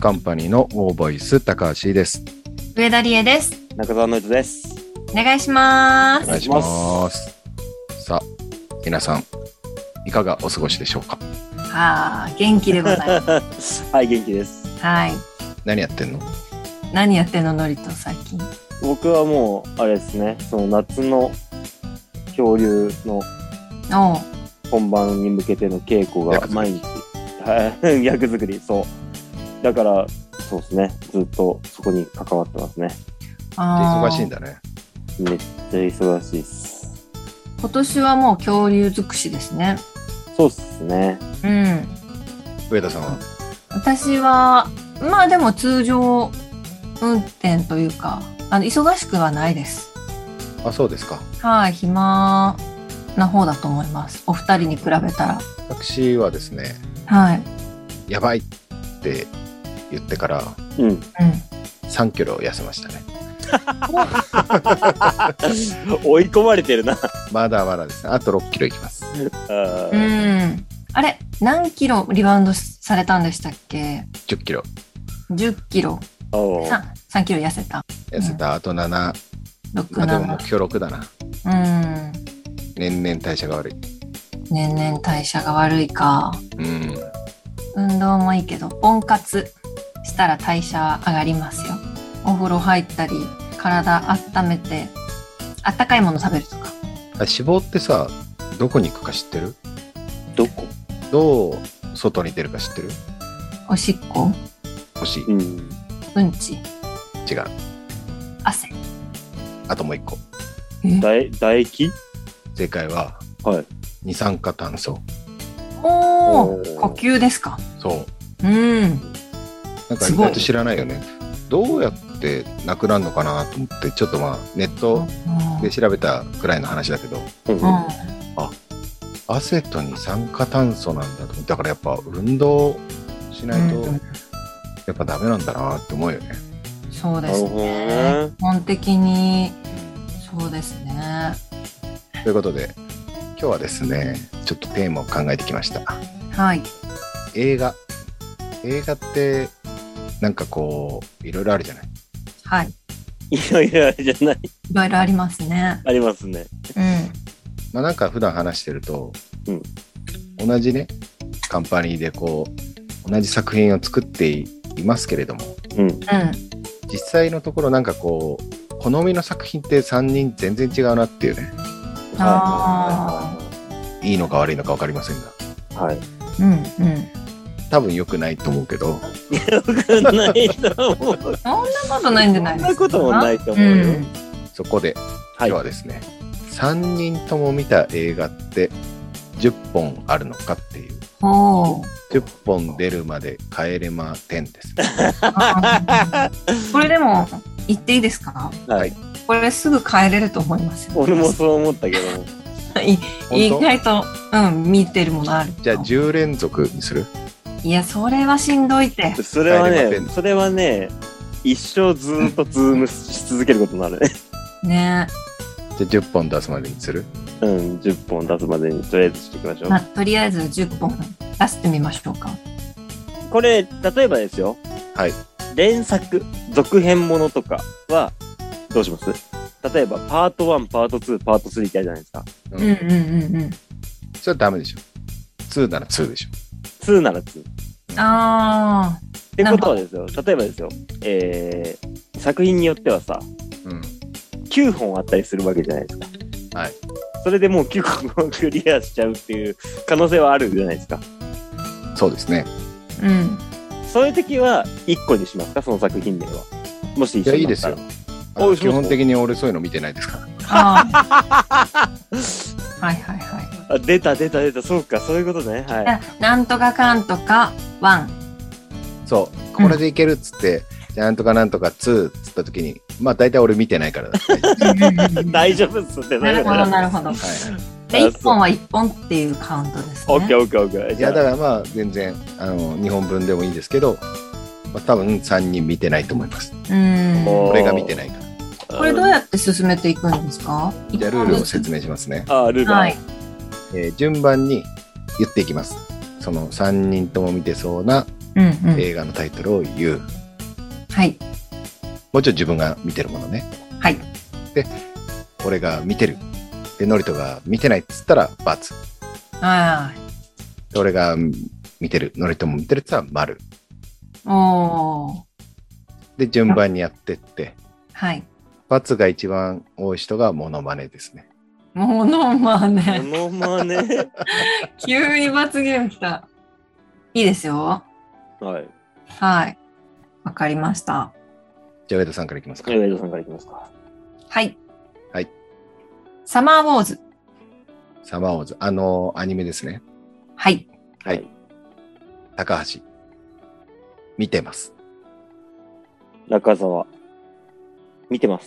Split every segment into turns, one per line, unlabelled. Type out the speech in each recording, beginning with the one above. カンパニーのオーボイス高橋です。
上田理恵です。
中澤ノイズです。
お願いしま
お
す。
願いします。さあ、皆さん、いかがお過ごしでしょうか
ああ、元気でございま
はい、元気です。
す。はい。
何やってんの
何やってんの、のりと最近。
僕はもう、あれですね、その夏の恐竜の
おう
本番に向けての稽古が
役作り
毎日、はい、 役作り、そう。だから、そうですね、ずっとそこに関わってますね。
あー
忙しいんだね。
めっちゃ忙しいっす。
今年はもう恐竜尽くしですね。
そうっすね。
うん。
上田さんは。
私は、まあでも通常運転というか、あの、忙しくはないです。
あ、そうですか。
はい、暇な方だと思います。お二人に比べたら。
私はですね、
はい。
やばいって言ってから
うん。
うん。
3キロ痩せましたね。
追い込まれてる な。
まだまだですね。あと6キロいきます。
あ
う
ー
ん。あれ、何キロリバウンドされたんでしたっけ
10キロ
?10 キロ。
おう
さ3キロ痩せた。
痩せた。あと7、ま
6、
あでも
7
目。標6だな。
うん。
年々代謝が悪い。
年々代謝が悪いか。
うん。
運動もいいけど、温活したら代謝上がりますよ。お風呂入ったり、体温めて、あったかいもの食べるとか。
あ脂肪ってさ、どこに行くか知ってる
どこ
どう外に出るか知ってる
おしっこ、
欲しい。
うん。
うんち、
違う。
汗。
あともう一個。
え
唾液唾液
正解は、
はい
二酸化炭素。
お
お
お
ー
呼吸ですか。
そう。
うん。
なんか
す
意
ごい
外と知らないよね。どうやってなくなるのかなと思って、ちょっとまあ、ネットで調べたくらいの話だけど、
うん
うん。うん
汗と二酸化炭素なんだと思ってだからやっぱ運動しないと、
うん
やっぱダメなんだなって思うよね。
そうで
なる
す
ほど
ね。
ね。
基本的に、そうですね。
ということで、今日はですね、ちょっとテーマを考えてきました。
はい。
映画。映画って、なんかこう、いろいろあるじゃない。
はい。
いやいや、じゃない。
いろいろありますね。
ありますね。
うん。
まあ、なんか普段話してると、
うん
同じねカンパニーでこう同じ作品を作っていますけれども
う
う
ん。
ん。
実際のところなんかこう好みの作品って3人全然違うなっていうね
あ
いいのか悪いのか分かりませんが
はい。
うん。うん。
多分良くないと思うけど
よくないと思う。
そんなことないんじゃないです
そん
か。
なこともないと
う
思うよ。
ん。
そこで今
い
日はですね、3人とも見た映画って10本あるのかっていう
ほう。
10本出るまで帰れま10ですね
あーこれでも言っていいですか。
はい。
これすぐ変えれると思いますよ。
俺もそう思ったけど。
い意
本当
外とうん見てるものある。
じゃあ10連続にする
いやそれはしんどいって。
それは
帰れません
ね、それはね、一生ずーっとズームし続けることになるね。
ね。
じゃあ10本出すまでにする
うん、10本出すまでにとりあえずしていきましょう
まあ。とりあえず十本出してみましょうか。
これ、例えばですよ。
はい。
連作、続編ものとかは、どうします例えば、パート1、パート2、パート3ってあるじゃないですか。
うんうんうん
それはダメでしょ。2なら2でしょ。
2なら2。
うん。あ
ってことはですよ、例えばですよ、えー、作品によってはさ、
うん。
9本あったりするわけじゃないですか。
はい。
それでもう9本をクリアしちゃうっていう可能性はあるじゃないですか。
そうですね。
あ。うん。
そういう時は1個にしますか、その作品名は。もし
い
一
や、
緒
いい
にな
で
っ
す
たら
よ。。あの
おい
基本的に俺そういうの見てないですから。
あ あ。はいはいはい。
あ出た出た出た、そうか、そういうことね。はい。
ななんとかかんとかワン。
そう。これでいけるっつって、じゃあなんとかなんとか2っつった時に、まあ大体俺見てないから だ。は
大丈夫っすって
なるほどなるほど。
い。
で
あ
一本は一本っていうカウントです
オッケ
ね。
ーオッケーオッケー。
い
じゃ
や、
あ
だからまあ全然、あの、日本文でもいいんですけど、まあ、多分3人見てないと思います。
うん。
おー
俺が見てないから。
これどうやって進めていくんですか？
じゃあルールを説明しますね。
あー、ルール
はい。
えー順番に言っていきます。その3人とも見てそうな
うんうん。
映画のタイトルを言う。
はい。
もちろん自分が見てるものね。
はい。
俺が見てる。で、ノリトが見てないっつったら×。
あ
で、俺がうん見てる。ノリトも見てるっつったら丸。
あ。おー。
で、順番にやってって。
はい。
×が一番多い人がモノマネですね。
モノマ
モ
ネ。
ノマネ。
急に罰ゲーム来た。いいですよ。
はい。
はい。わかりました。
じゃあ、上田さんからいきますか。
はい、上田さんからいきますか。
はい。
はい。
サマーウォーズ。
サマーウォーズ。あのアニメですね。
はい。
はい。高橋。見てます。
中澤。見 てます。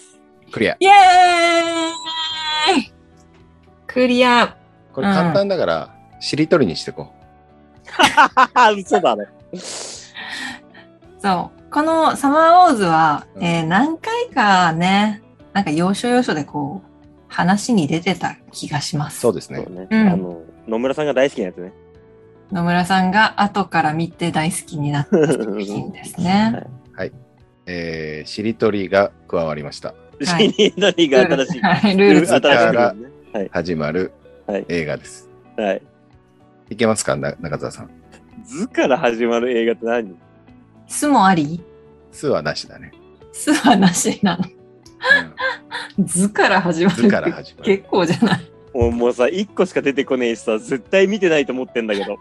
クリア。
イエーイクリア。
これ簡単だから、しりとりにしてこ
嘘だね。
そう。このサマーウォーズは、えー何回かね、なんか要所要所でこう、話に出てた気がしま
う。
す。
そうです
そ
ね
う。ね。
うん
あの、野村さんが大好きなやつね。
野村さんが後から見て大好きになった作品ですね。
えー、しりとりが加わりました。
はい
シニードリが新しい。
はい、 ルール
ルール
新しいですね。
始まる
はい
映画です。
はい。
いけますかな中澤さん。
図から始まる映画って何
すもあり
数はなしだね。
すはなしなの。図から始まる。
図から始 まる。
結構じゃない。
もうもうさ、一個しか出てこねえしさ、絶対見てないと思ってんだけ ど。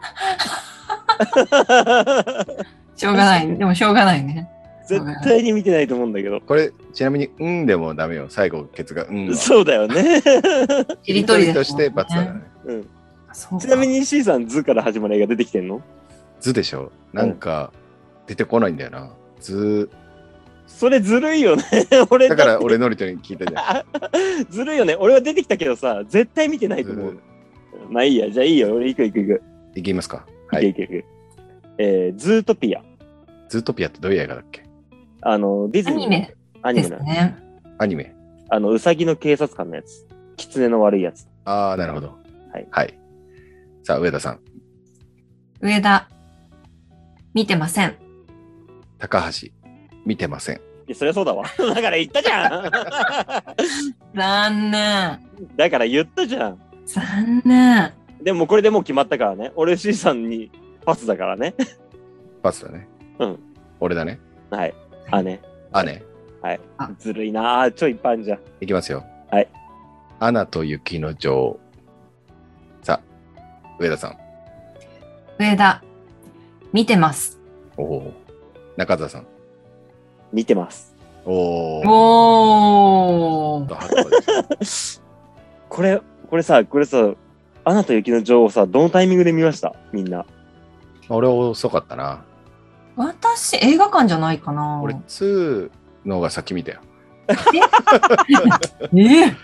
しょうがない。でもしょうがないね。
絶対に見てないと思うんだけど。
これ、ちなみに、うんでもダメよ。最後、ケツが、うんは。
そうだよね。
しりとり
と
で
し
すもんね
て、罰だからね。
うん
そうか
ちなみに C さん、図から始まる映画出てきてんの
図でしょ。なんか、出てこないんだよな。図、
それずるいよね。 俺
だから俺、ノリトに聞いた じゃん。
ずるいよね。俺は出てきたけどさ、絶対見てないと思う。まあいいや、じゃあいいよ。俺行く行く行く。
いきますか。
行
は
く
い。
行く行く。えー、ズートピア。
ズートピアってどういう映画だっけ
あの、ディズ
ア
ニー
ニ
の。
メ
アニ
です
メなの。
ね。
アニメ。
あの、うさぎの警察官のやつ。狐の悪いやつ。
ああ、なるほど。
はい
はい。さあ、上田さん。
上田、見てません。
高橋、見てません。
いや、そりゃそうだわ。 だから言ったじゃん
残念。
だから言ったじゃん。
残念。
でもこれでもう決まったからね。俺 C さんにパスだからね。
パスだね。
うん。
俺だね。
はい。あね。
あね。
ずるいなぁ。ちょいっぱいあんじゃん。
いきますよ。
はい。
アナと雪の女王。さあ、上田さん。
上田、見てます。
おお。中澤さん。
見てます。
おお。
おー。
八個です
これ、これさ、これさ、アナと雪の女王さ、どのタイミングで見ましたみんな。
俺遅かったな。
私、映画館じゃないかな。
俺、2の方が先見たよ。
ええ
2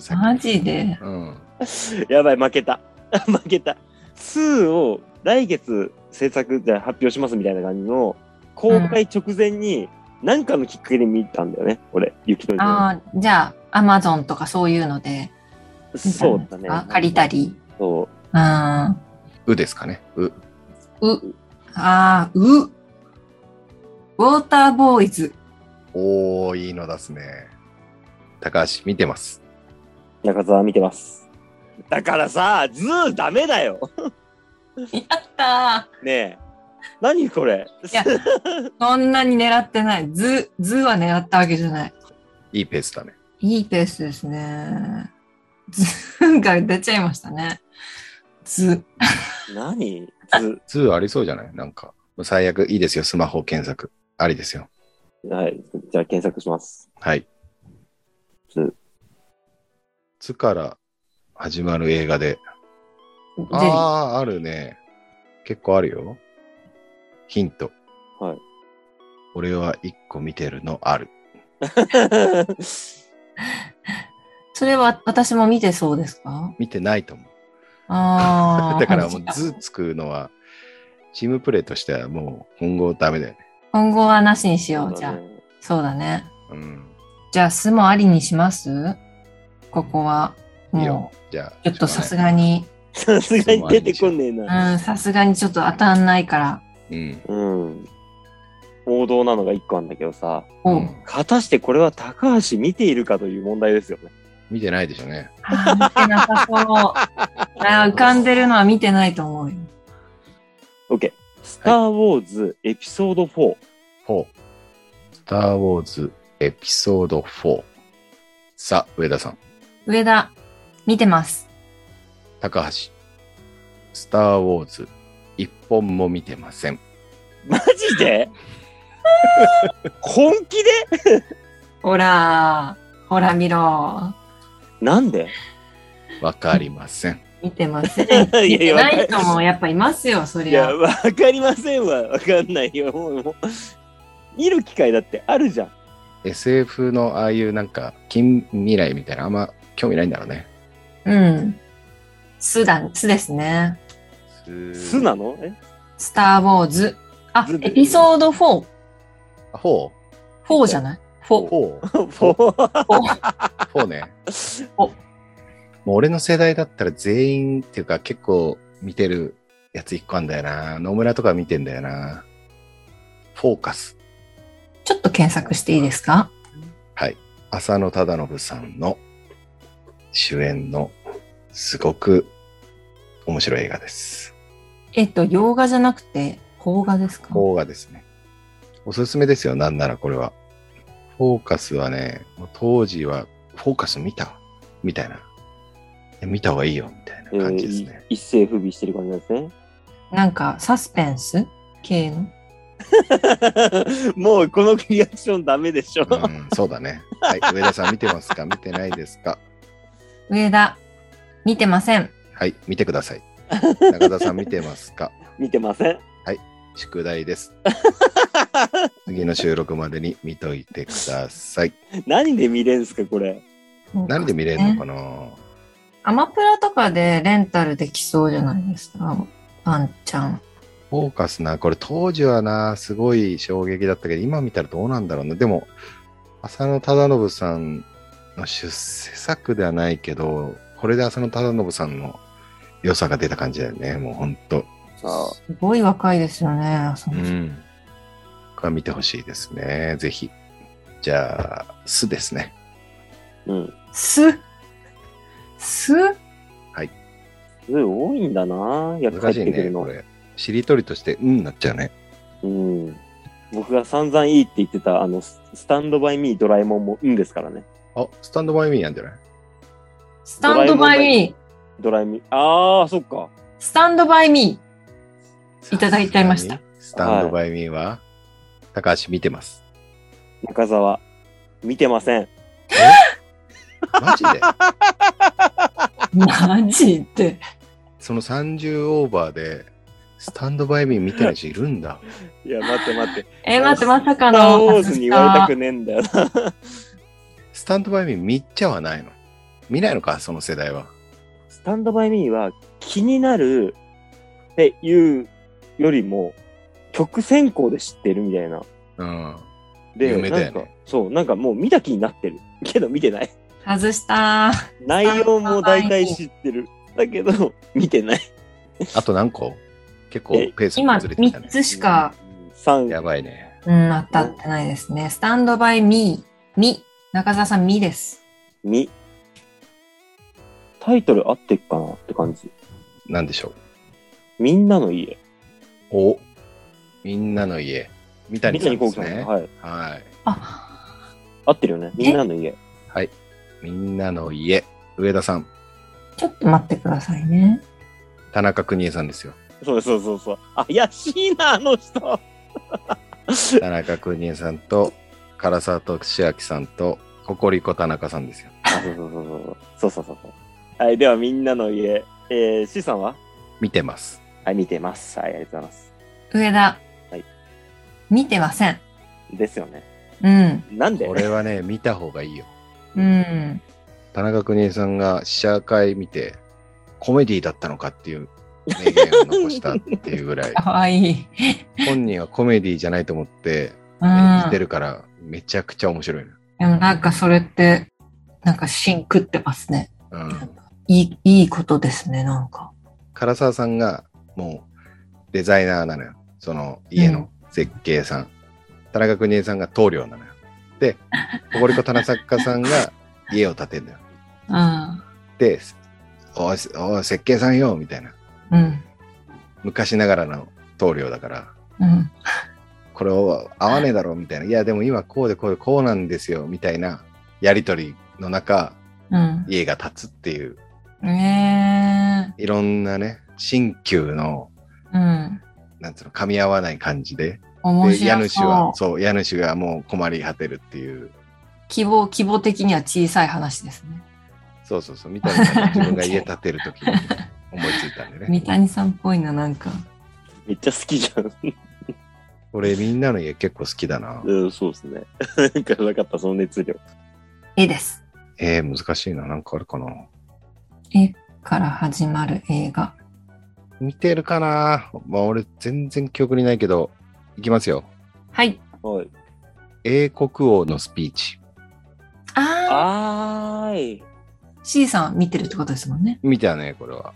先。
マジで。
うん。
やばい、負けた。 負けた。2を来月制作で発表しますみたいな感じの、公開直前に、なんかのきっかけで見たんだよね、俺、雪の女王。
ああ、じゃあ、アマゾンとかそういうので、
そうだね
あ。借りたり。
そう
うん。う、
うですかね。う。
ああ、う。ウォーターボーイズ、
おお、いいの出すね。高橋、見てます。
中澤見てます。だからさ、ズーダメだよ。
やった
ねえ。何これ。
いやーそんなに狙ってない。ズ、ズは狙ったわけじゃない。
いいペースだね。
いいペースですね。ズ が出ちゃいましたね。ズ。
何ズ
2ありそうじゃないなんか。最悪、いいですよ。スマホ検索。ありですよ。
ー。はい。じゃあ検索します。
はい。
ズ。
つから始まる映画で。
ゼリー。
ああ、あるね。結構あるよ。ヒント。
はい。ー
俺は一個見てるのある。
それは私も見てそうですか
見てないと思う。
あ あ。
だからもう
マジ
図つくのは、チームプレーとしてはもう今後ダメだよね。
今後はなしにしよ
そう
う、じゃ
だ
あ。
ね
そうだね。
うん。
じゃあ、すもありにしますここは。
いいよ
も
じゃあ。
う、ちょっとさすがに、
さすがに出てこねえな。
うん、さすがにちょっと当たんないから、
うん。
うん。王道なのが一個あんだけどさ、
お
う
うん
果たしてこれは高橋見ているかという問題ですよね。
見てないでしょうね。
あー見てなさそう。あー浮かんでるのは見てないと思うよ。
OK。スター・ウォーズエピソード4。
4。スター・ウォーズエピソード4。さあ、上田さん。
上田、見てます。
高橋。スター・ウォーズ一本も見てません。
マジ で本気で
ほらー、ほら見ろ
なんで
わかりません。
ー。見てません。
やい
見
や
てない人もやっぱいますよ、そ
い
りゃ
や、。わかりませんわ。わかんないよ。もうもう見る機会だってあるじゃん。
SF のああいうなんか近未来みたいなあんま興味ないんだろうね。
うん。素だ、素ですね。
素なのえ
スター・ウォーズ。あ
ズ、
エピソード4。
あ ?4?4
4じゃない ?4。
?4?
ね。
お
もう俺の世代だったら全員っていうか結構見てるやつ一個あんだよな。野村とか見てんだよな。フォーカス。
ちょっと検索していいですか
浅野忠信さんの主演のすごく面白い映画です。
えっと、洋画じゃなくて、邦画ですか
方がですね。おすすめですよ、なんならこれは。フォーカスはね、もう当時は、フォーカス見たみたいな。いや見た方がいいよ、みたいな感じですね。
一世不備してる感じなんですね。
なんか、サスペンス系の
もうこのリアクションダメでしょ。
うん、そうだね。はい、上田さん見てますか見てないですか
上田、見てません。
はい、見てください。中田さん見てますか
見てません。
宿題です。次の収録までに見といてください。
何で見れんすか、これ。
何で見れるのかな、
アマプラとかでレンタルできそうじゃないですかワンちゃん。
フォーカスな、これ当時はな、すごい衝撃だったけど、今見たらどうなんだろうね。でも、浅野忠信さんの出世作ではないけど、これで浅野忠信さんの良さが出た感じだよね。もうほんと。
あ
すごい若いですよね。その
ん。これは見てほしいですね。ぜひ。じゃあ、すですね。
うん。
す、す、
すごい多いんだな。やっぱ
難
帰
し
っ
い
てくる
ね、
の
こ。れ。しりとりとして、うんになっちゃうね。
うん。僕が散々いいって言ってた、あの、ススタンドバイミードラえもんも、うんですからね。
あ、スタンドバイミーやんじゃない
スタンドバイミー、
ドラえみ、ああ、そっか。
スタンドバイミー。いただいちゃいました。
スタンドバイミーは、高橋見てます。
中澤、見てません。
マジで
マジで。
その30オーバーで、スタンドバイミー見てない人いるんだ。
いや、待って待って。
え、待って、まさか
スター・ウォ
の。
ーズに言われたくねえんだよな。
スタンドバイミー見ちゃはないの。見ないのか、その世代は。
スタンドバイミーは気になるっていうよりも、曲選考で知ってるみたいな。
うん。
で、
有名だよね
なんか、そう、なんかもう見た気になってる。けど見てない。
外した。
内容も大体知ってる。だけど、見てない。
あと何個結構
え
ペース
今、
がずれてきたね
3。つしか、
三
やばいね。
うん、当たってないですね。スタンドバイミー、ミ。中澤さん、ミです。
2。タイトル合ってっかなって感じ。
なんでしょう。
みんなの家。
おみんなの家。三谷さんです
三谷幸喜
ね。
さんはい。
はい。
あ、
合ってるよね。みんなの家。
みんなの家。上田さん。
ちょっと待ってくださいね。
田中邦衛さんですよ。
そうそうそうそう。あ、怪しいな、あ の人。
田中邦衛さんと、唐沢と千秋さんと、ココリコ田中さんですよ。
あ、そうそうそうそう。そうそうそうそう。はい、ではみんなの家。えー、C さんは
見てます。
はい、見てます。はい、ありがとうございます。
上田。
はい
見てません。
ですよね。
うん。
なんで
これはね、見た方がいいよ。
うん。
田中邦衛さんが試写会見て、コメディだったのかっていう名言を残したっていうぐ らい、
かわいい。
本人はコメディじゃないと思って
うん。
演じてるから、めちゃくちゃ面白いの。
でもなんかそれって、なんか芯食ってますね。
うん。
いい、いいことですね、なんか。
唐沢さんがもうデザイナーなのよ。その家の設計さん、田中邦衛さんが棟梁なのよで誇り子田中作家さん が家を建てるのよ
うん。
で「おいおい設計さんよ」みたいな
うん。
昔ながらの棟梁だから
うん。
これを合わねえだろみたいな「いやでも今こうでこうでこうなんですよ」みたいなやり取りの中
うん。
家が建つっていう
ね
いろんなね新旧の
え。うん。
なんつうの噛み合わない感じで
面
で家
白
主は
そ
そ
う。
う家主がもう困り果てるっていう
希望、希望的には小さい話ですね。
そうそうそうみたいなのが自分が家建てる時 に思いついたんでね
三谷さんっぽいな、なんか。
めっちゃ好きじゃん。
俺みんなの家結構好きだな
うん、そうですね。なんかなかった、その熱量。
絵です。
えー、難しいななんかあるかな
絵から始まる映画。
見てるかなまあ俺全然記憶にないけどいきますよ
はい。
はい。
英国王のスピーチ
ああ。
あーい。
C さん見てるってことですもんね。
見たねこれは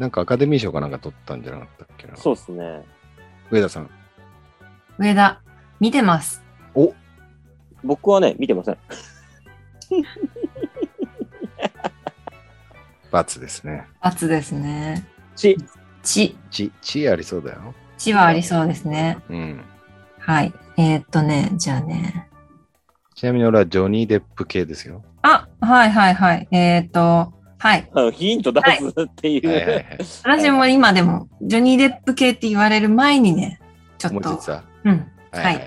なんかアカデミー賞かなんか取ったんじゃなかったっけな
そうですね。
上田さん
上田、見てます。
お
僕はね、見てません。
×ですね
罰ですね。
し、
血。
ち地ありそうだよ
血はありそうですね。
うん
はい。えーっとね、じゃあね。
ちなみに俺はジョニー・デップ系ですよ。
あ、はいはいはい。えーっと、はい。
あのヒント出すっていう。
はいはいはい。
私も今でも、ジョニー・デップ系って言われる前にね、ちょっ
もう
と、
実は。
うん。
は
はいい
はい
い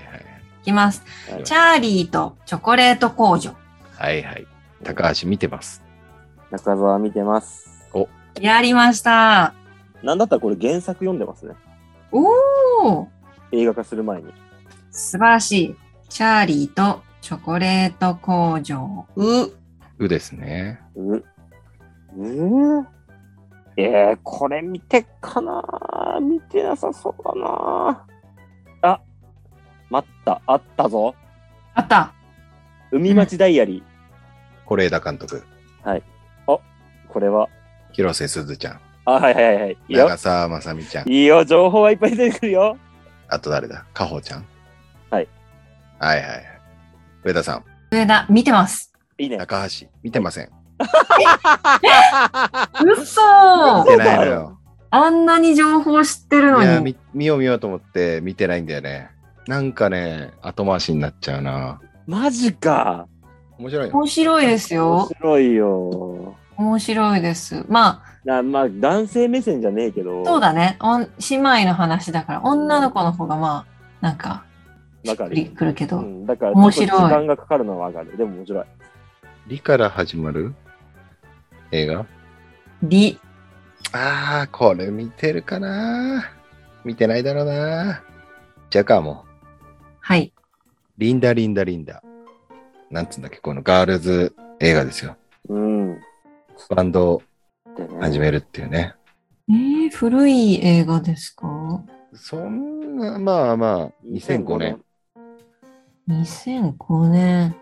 きます。
はい
チャーリーとチョコレート工場。
はい。はいはい。高橋見てます。
中澤見てます。
やりました。
なんだったらこれ原作読んでますね。
おー
映画化する前に。
素晴らしい。チャーリーとチョコレート工場。う。
うですね。
う、うーえー、これ見てっかな見てなさそうだなあ、待った、あったぞ。
あった。
海町ダイアリー。
是枝監督、
これは。
広瀬すずちゃん、
あ、はいはいはいはい。いいよ
長。澤まさみちゃん、
いいよ、情報はいっぱい出てくるよ。
あと誰だかほちゃん。
はい。
はいはいはい。上田さん、
上田、見てます。
いいね。
高橋、見てません。
嘘
見てないのよ。
あんなに情報知ってる
いや
のに。
見、見よう見ようと思って見てないんだよね。なんかね、後回しになっちゃうな。
マジか。
面白いよ。
面白いです
面
よ。
白いよ。
面白いです。まあ、
なまあ、男性目線じゃねえけど。
そうだね。おん姉妹の話だから、女の子の方がまあ、なんか、
わかる
しっくりくるけ
う
ど。
ん、だから、
面白い
ちょっと時間がかかるのはわかる。でも面白い。
理から始まる映画
り、
ああ、これ見てるかな見てないだろうな。じゃあかもう。
はい。
リンダ、リンダ、リンダ。なんつうんだっけ、このガールズ映画ですよ。
うん。
バンドを
でね
始めるっていうね。
えー、古い映画ですか
そんな、まあまあ、2005年。。
?2005 年。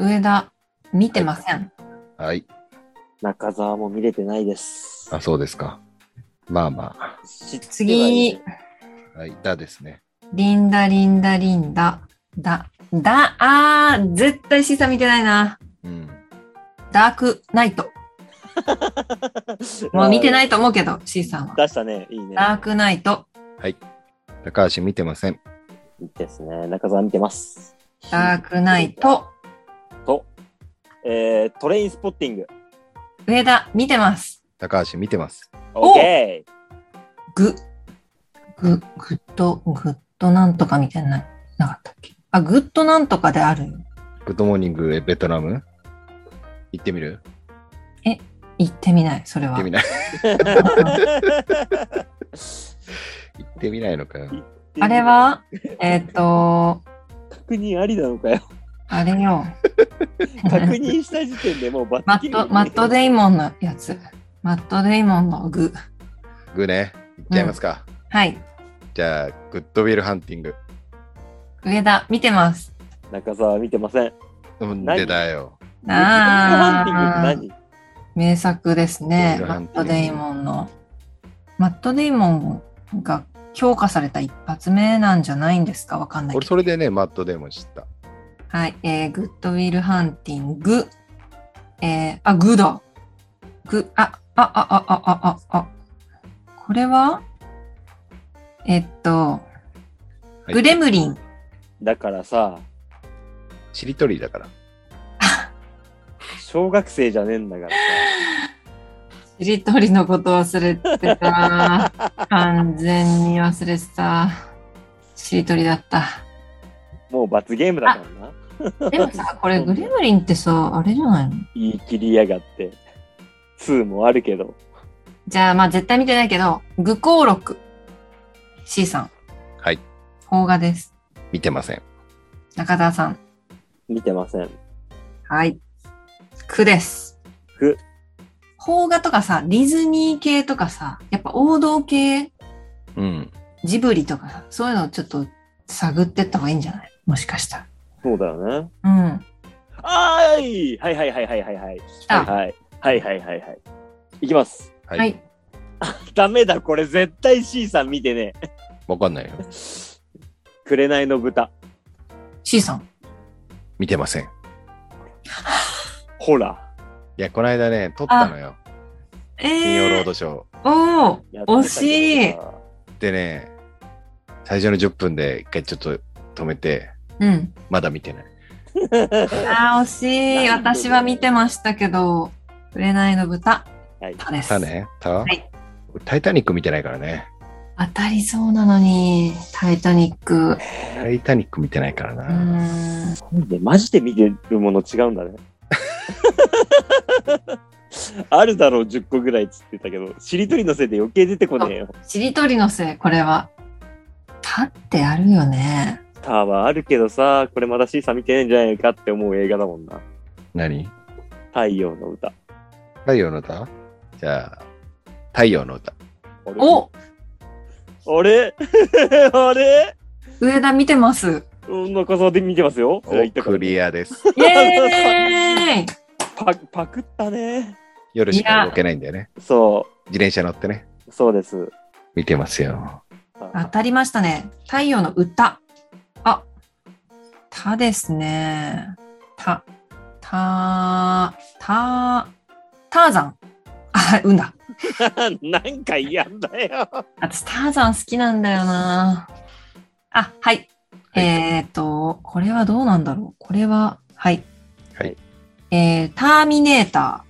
上田、見てません。
はい。
中澤も見れてないです。
あ、そうですか。まあまあ。
知ってはいる
次。
はい。だですね。
リンダ、リンダ、リンダ。だ、だ、あー、絶対シーサー見てないな。
うん。
ダークナイト。もう見てないと思うけど、シーさんは。
出したね。いいね。
ダークナイト。
高橋見てません。
いいですね。中澤見てます。
ダークナイト。
と、えー、トレインスポッティング。
上田、見てます。
高橋見てます。
オッケー
ぐ、ぐ、ぐっと、ぐっとなんとかみたいな、なかったっけあ、ぐっとなんとかであるよ。
グッドモーニングえベトナム行ってみる
行ってみない、それ
行っ
は
てみ。ない。 行ってみないのかよ。
あれは、えーっと、
確認ありなのかよ。
あれ よ。
確認した時点でもうバ
マ
ッ
ット、マットデイモンのやつ。マットデイモンのぐ。
グーね。行っちゃいますか。
はい。
じゃあ、グッドウィルハンティング。
上田、見てます。
中澤見てません。
うん、
何
出たよ。
あ
ハ
ー
ンティングって
名作ですね
グッ。ドウィル
マ
ハン
ッ
ティン
ト
グ
デイモンの。マットデイモンが評価された一発目なんじゃないんですかわかんない
俺
けど。
それでね、マットデーモン知った。
はい、えー、グッドウィルハンティング。えー、あ、グだ。グ、あ、あ、あ、あ、あ、あ、あ、あ。これはえっと、
はい
グレムリン。
だからさ、
しりとりだから。
小学生じゃねえんだからさ。
しりとりのこと忘れてた。完全に忘れてた。しりとりだった。
もう罰ゲームだからな。
でもさ、これグレムリンってさ、あれじゃないの
言い切りやがって。2もあるけど。
じゃあ、まあ絶対見てないけど、愚行録。C さん。
はい。
邦画です。
見てません。
中澤さん。
見てません。
はい。句です。
句。
邦画とかさ、ディズニー系とかさ、やっぱ王道系、
うん。
ジブリとかさ、そういうのをちょっと探ってった方がいいんじゃないもしかした
そうだよね。
ら。うん。
あーいはいはいはいはいはいはい。
た
はいはいはいはいはい。いきます。
は。
はいい。
ダメだ、これ絶対 C さん見てねえ。
わかんないよ。
紅の豚。
C さん。
見てません。い
ほら。
や、この間ね、撮ったのよ。金曜ロードショー。
おお
やってたけど
惜
さ
しい。
でね、最初の10分で一回ちょっと止めて、
うん。
まだ見てない。
あー、惜しい。
なんで
私は見てましたけど、紅の豚。
はい。
タです。
た。ね、た、
い
俺タイタニック見てないからね。
当たりそうなのに、タイタニック。う
タイタニック見てないから
ー
な。
ん。
ねマジで見てるもの違うんだ ね。あるだろう、10個ぐらいっつってたけど、しりとりのせいで余計出てこねえよ。
しりとりのせい、これは。たってあるよね。
タワーあるけどさ、これまだ C さん見てねえんじゃないかって思う映画だもんな。
何
太陽の歌。
太陽の歌じゃあ、太陽の歌。
あれ
お
あれ あれ
上田見て ます。
中澤で見てますよ。それは言ったから
ク
ね
リアです。
イエーイ
パパクったね。
夜しか動けないんだよね。
そ
自転車乗ってね。
う、そうです。
見てますよ。
当たりましたね。太陽の歌。あ、たですね。た、た、た、ターザン。あ、うんだ。
なんか嫌だよ。
私ターザン好きなんだよな。あ、はい。
はい
えっ、ー、と、これはどうなんだろう。これは、はい。
はい。
えー、ターミネータ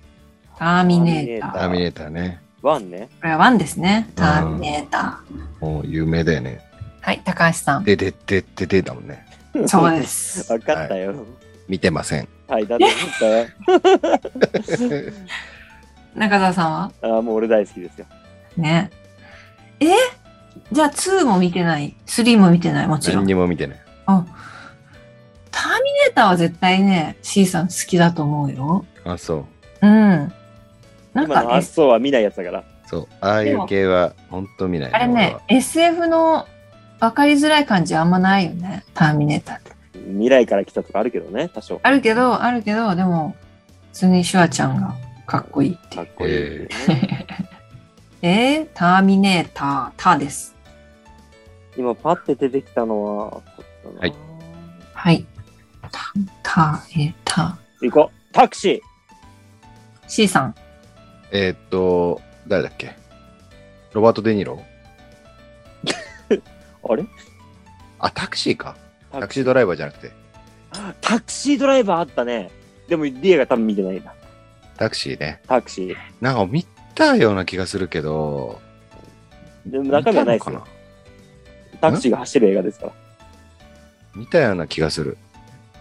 ー。ターミネーター。
タ
ターミネーターね。
ワンね。
これは1ですね。ターミネーター。
もう有名だよね。
はい、高橋さん。
でででででだもんね。
そうで す。
わかったよ。
見てません。
はい、だって思った よ。
中澤さんは
あーもう俺大好きですよ。
ね。えじゃあ2も見てない。3も見てない。もちろ
何
ん。
にも見てない。
あターミネーターは絶対ね、C さん好きだと思うよ。
あ、そう。
うん。なん
今
か
の
ね、
発想は見ないやつだから。
そう。ああいう系は本当見ない。
あれ
俺
ね
は、
SF の分かりづらい感じあんまないよね。ターミネーターって。
未来から来たとかあるけどね、多少。
あるけど、あるけど、でも、普通にシュワちゃんがかっこいいってい
か
う
っ。こいい、
え
えー、ターミネーター、タです。
今パッて出てきたのは、
はい。
はい。た、た、え、た。
行こう。タクシ
C さん。
えーっと、誰だっけロバート・デ・ニーロ
ー。あれ
あ、タクシーか。タ
タ
ク
ク
シードライバーじゃなくて、
タクシードライバーあったね。でもリエが多分見てないな。
タクシーね。
タクシー。
なんか見たような気がするけど、
でも中身はない
見た
です
の
よ
か。
タクシーが走る映画ですから。
見たような気がする。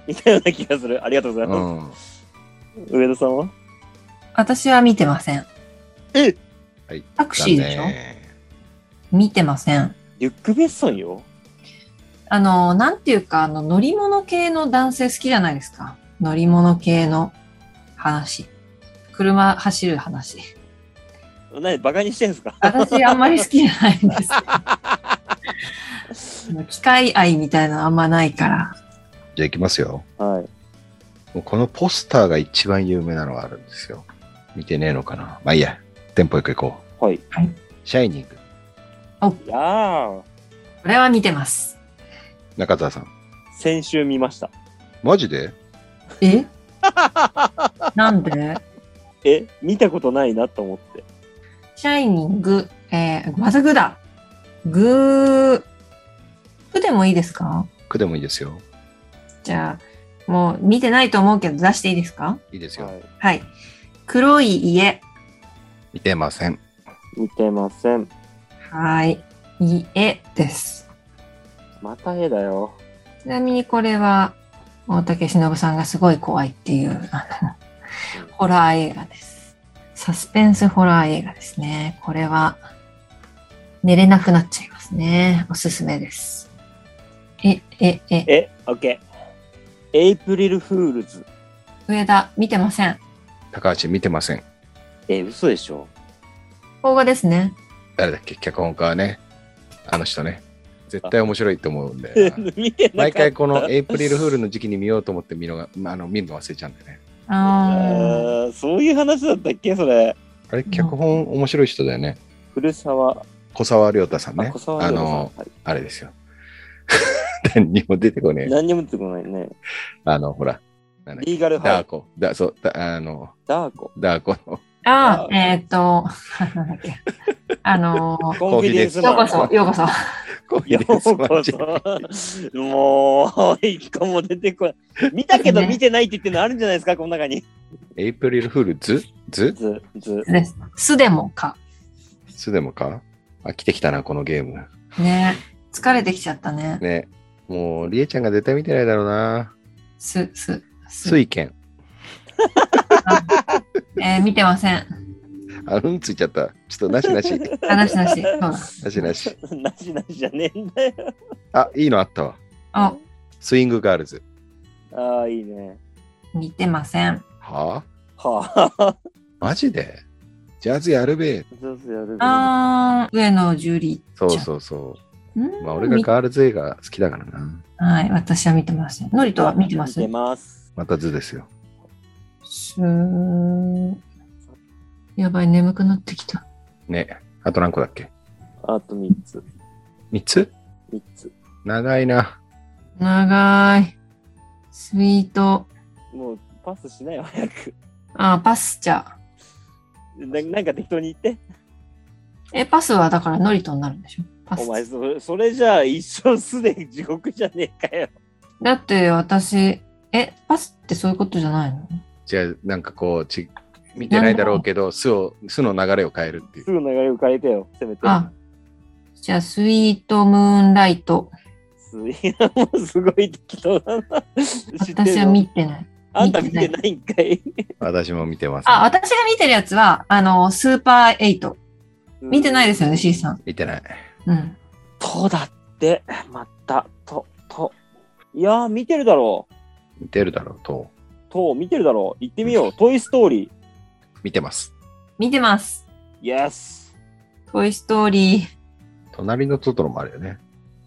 みたいな気がする。ありがとうござ
う
いま
ん。
す。上田さんは
私は見てません。
え
はい
タクシーでしょ
だね
見てません。
リュック・ベッソンよ。
あの、なんていうか、あの、乗り物系の男性好きじゃないですか。乗り物系の話。車走る話。
なに、バカにしてんすか
私あんまり好きじゃないんですけどあの機械愛みたいなのあんまないから。
じゃあ行きますよ。
はい。
もうこのポスターが一番有名なのがあるんですよ。見てねえのかな。まあいいや。テンポよく行こう。
はい。
シャイニング。
いやー。
それは見てます。
中澤さん。
先週見ました。
マジで
えなんで
え、見たことないなと思って。
シャイニング、えー、まずグだ。グー。グでもいいですか
くでもいいですよ。
じゃあ、もう見てないと思うけど出していいですか
いいですよ。
はい
はい。黒い家。
見てません。
見てません。
はい。家です。
また絵だよ。
ちなみにこれは、大竹しのぶさんがすごい怖いっていう、あのホラー映画です。サスペンスホラー映画ですね。これは、寝れなくなっちゃいますね。おすすめです。え、え、え、
え、オッケー。エイプリルフールズ。
上田、見てません。
高橋見てません。
え、嘘でしょ
邦画ですね。
誰だっけ脚本家はね。あの人ね。絶対面白いと思うんで。
見 てなかった。
毎回このエイプリルフールの時期に見ようと思って見るのが、あの見るの忘れちゃうんだよね。
あ
あーそういう話だったっけそれ。
あれ、脚本面白い人だよね。
古澤、
小沢亮太さん
あ
ね。
小沢
あ
亮太さん
の、
はい
あれですよ。 何にも出てこねえ。
何にも出てこないね。
あの、ほら、なんだっけ
リーガルハ
ダー
イ。
コ。だそうだあの、
ダーコ。
ダーコの。
ーあー、えーっと、 なんだっけ。あのー
コンフィデンス
よ
マ
う
ン。
こそ、ようこそ。
コーヒー
よう
で
こ
すマジ
そ。もう、一個も出てこない。見たけど見てないって言ってるのあるんじゃないですか、この中に。
エイプリルフールズズ
ず、ず。
です。すでもか。
ズでもか飽きてきたな、このゲーム。
ね。疲れてきちゃったね。
ね。もう、りえちゃんが絶対見てないだろうな。
す、す、す
水拳。
えー見てません。
あ、うんついちゃった。ちょっとなしな し。
あ、なしな し。そうだ。
なしなし。
なしなしじゃねえんだよ。
あ、いいのあったわ。
あ、
スイングガールズ。
ああ、いいね。
見てません。
はあ
はあ。
マジでジャズやるべ。
そうそうやる。
あー、上野樹里
そう
ちゃん。
そうそうう。
ん
まあ、俺がガールズ映画好きだからな。
はい、私は見てません。のりとは見てます
見てます。
また図ですよ。
すーやばい、眠くなってきた。
ね。あと何個だっけ
あと3つ。
?3 つ
3つ。
長いな。
長い。スイート。
もう、パスしないよ、早く。
あ、パスじゃあ。
ななんか適当に言って。
え、パスはだからノリトになるんでしょパス
お。前それ、それじゃあ一生すでに地獄じゃねえかよ。
だって私、え、パスってそういうことじゃないの
じゃあ、なんかこう、ち見てないだろうけど、巣を、巣の流れを変えるっていう
す。ぐ流れを変えてよ、せめて。
あ、じゃあスイートムーンライト。
すいや、もうすごい適当だな。知ってる
私は
の
見てない。
あんた見てないんかい。
私も見てます。
あ、私が見てるやつは、あの、スーパーエイト。見てないですよね、C さん。
見てない。
うん。
とだって、また、と、と。いやー、見てるだろう。
見てるだろうと。
と、見てるだろう。行ってみよう。トイ・ストーリー。
見てます。
見てます。
イエス。
トイストーリー。
隣のトトロもあるよね。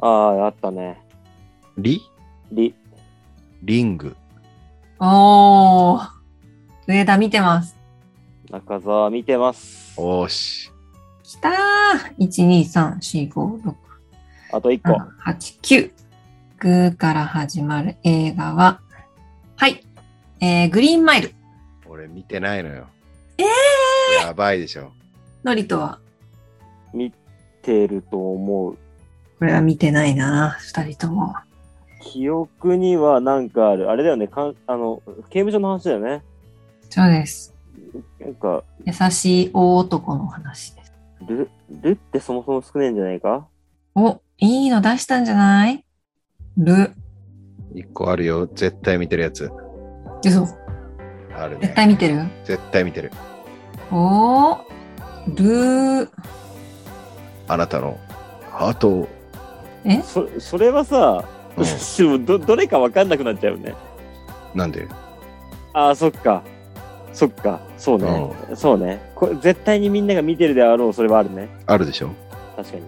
ああ、あったね。
リ
リ。
リング。
おー。上田見てます。
中澤見てます。
おーし。
きたー。1、2、3、4、5、6、
あと1個。
7、8、9。グーから始まる映画は、はい。えー、グリーンマイル。
俺見てないのよ。
え
やばいでしょ。
のりとは、
見てると思う。
これは見てないな、二人とも。
記憶にはなんかある。あれだよね。かんあの、刑務所の話だよね。
そうです。
なんか、
優しい大男の話です。
ル、ルってそもそも少ねえんじゃないか
お、いいの出したんじゃないる。
一個あるよ。絶対見てるやつ。
嘘。
ある
絶
ね。
対見てる
絶対見てる。
おー。るー。
あなたのハートを。
そ、それはさ、
うん
ど、どれかわかんなくなっちゃうよね。
なんで
ああ、そっか。そっか。そうね。そうね。これ絶対にみんなが見てるであろう、それはあるね。
あるでしょい
確かに。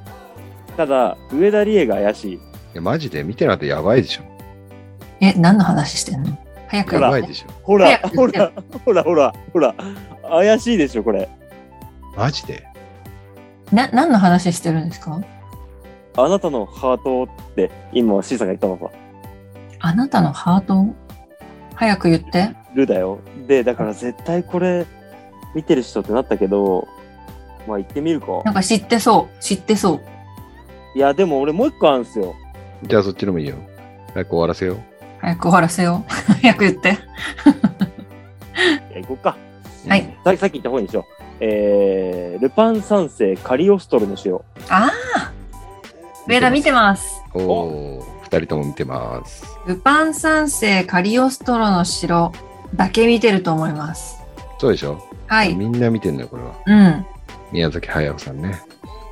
ただ、上田理恵が怪しい。
やマジで見てないとやばいでしょ。
え、何の話してんの早く
や
や
ば
っ
い
て。
でしょ。
ほら、
早く
ほら、ほら、ほら、ほら。怪しいでしょ、これ。
マジで
な、何の話してるんですか
あなたのハートって今 C さんが言ったのさ。
あなたのハート早く言って。
るだよ。で、だから絶対これ見てる人ってなったけど、まあ行ってみるか。
なんか知ってそう。知ってそう。
いや、でも俺もう一個あるんですよ。
じゃあそっちでもいいよ。早く終わらせよ
早く終わらせよう。 早く言って。
いや、行こっか。
う。
はい
うん。
ささっき言った方にしよう。えー、ルパン三世カリオストロの塩。
ああ上田見てます。
おおー、二人とも見てます。
ルパン三世カリオストロの城だけ見てると思います。
そうでしょ、
はい。
みんな見てんだよ、これは。
うん。
宮崎駿さんね。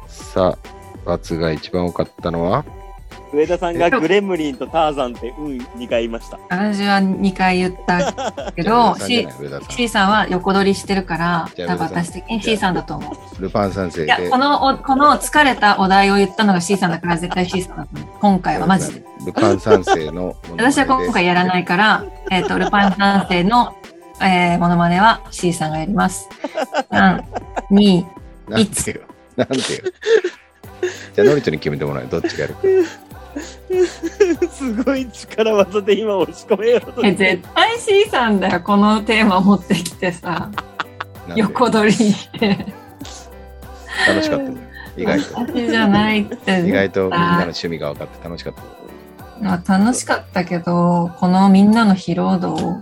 さあ、罰が一番多かったのは
上 田さんがグレムリンとターザンって、うん、2回言いました。
私は2回言ったけど、
上
し
田さんじゃない上田さ
C さんは横取りしてるから、
じ
多
ゃあ
分私的に C さんだと思う。
ん。ルパン三世
いや、
で。
このお、この疲れたお題を言ったのが C さんだから絶対 C さんだと思う。今回はマジで。
ルパン三世のモノマネで
私は今回やらな いから、えっ、と、ルパン三世の、えー、モノマネは C さんがやります。3、2、
なんてよ。なんてよ。じゃあ、ノリトに決めてもらえ。どっちがやるか。
すごい力技で今押し込めようと
え絶対 C さんだよ、このテーマ持ってきてさ、
なんで
横取りにして。
楽しかったね。意外と。
私じゃないって。
意外とみんなの趣味が分かって楽しかった。
まあ、楽しかったけど、このみんなの疲労度を考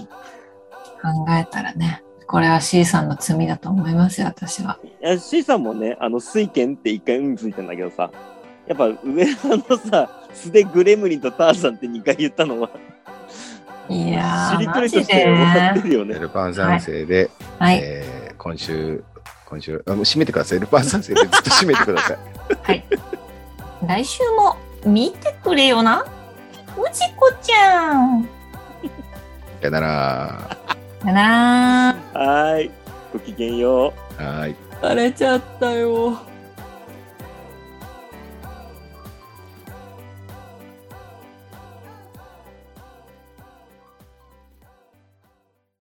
えたらね、これは C さんの罪だと思いますよ、私は。
いや C さんもね、あの、水剣って1回うんついたんだけどさ、やっぱ上田さんのさ、素でグレムリンとターザンって2回言ったのは、
いや
し
ー、
りと
マ
り
ジ
と
で
して終わって
ね。
るよね。
ルパン三世で、
はい、
えー今週、今週、あもう締めてください。ルパン三世でずっと締めてください。
来週も見てくれよな。藤子ちゃん。
さよなら。
やな
はーい。ごきげんよう。
はーい。
ー。疲れちゃったよ。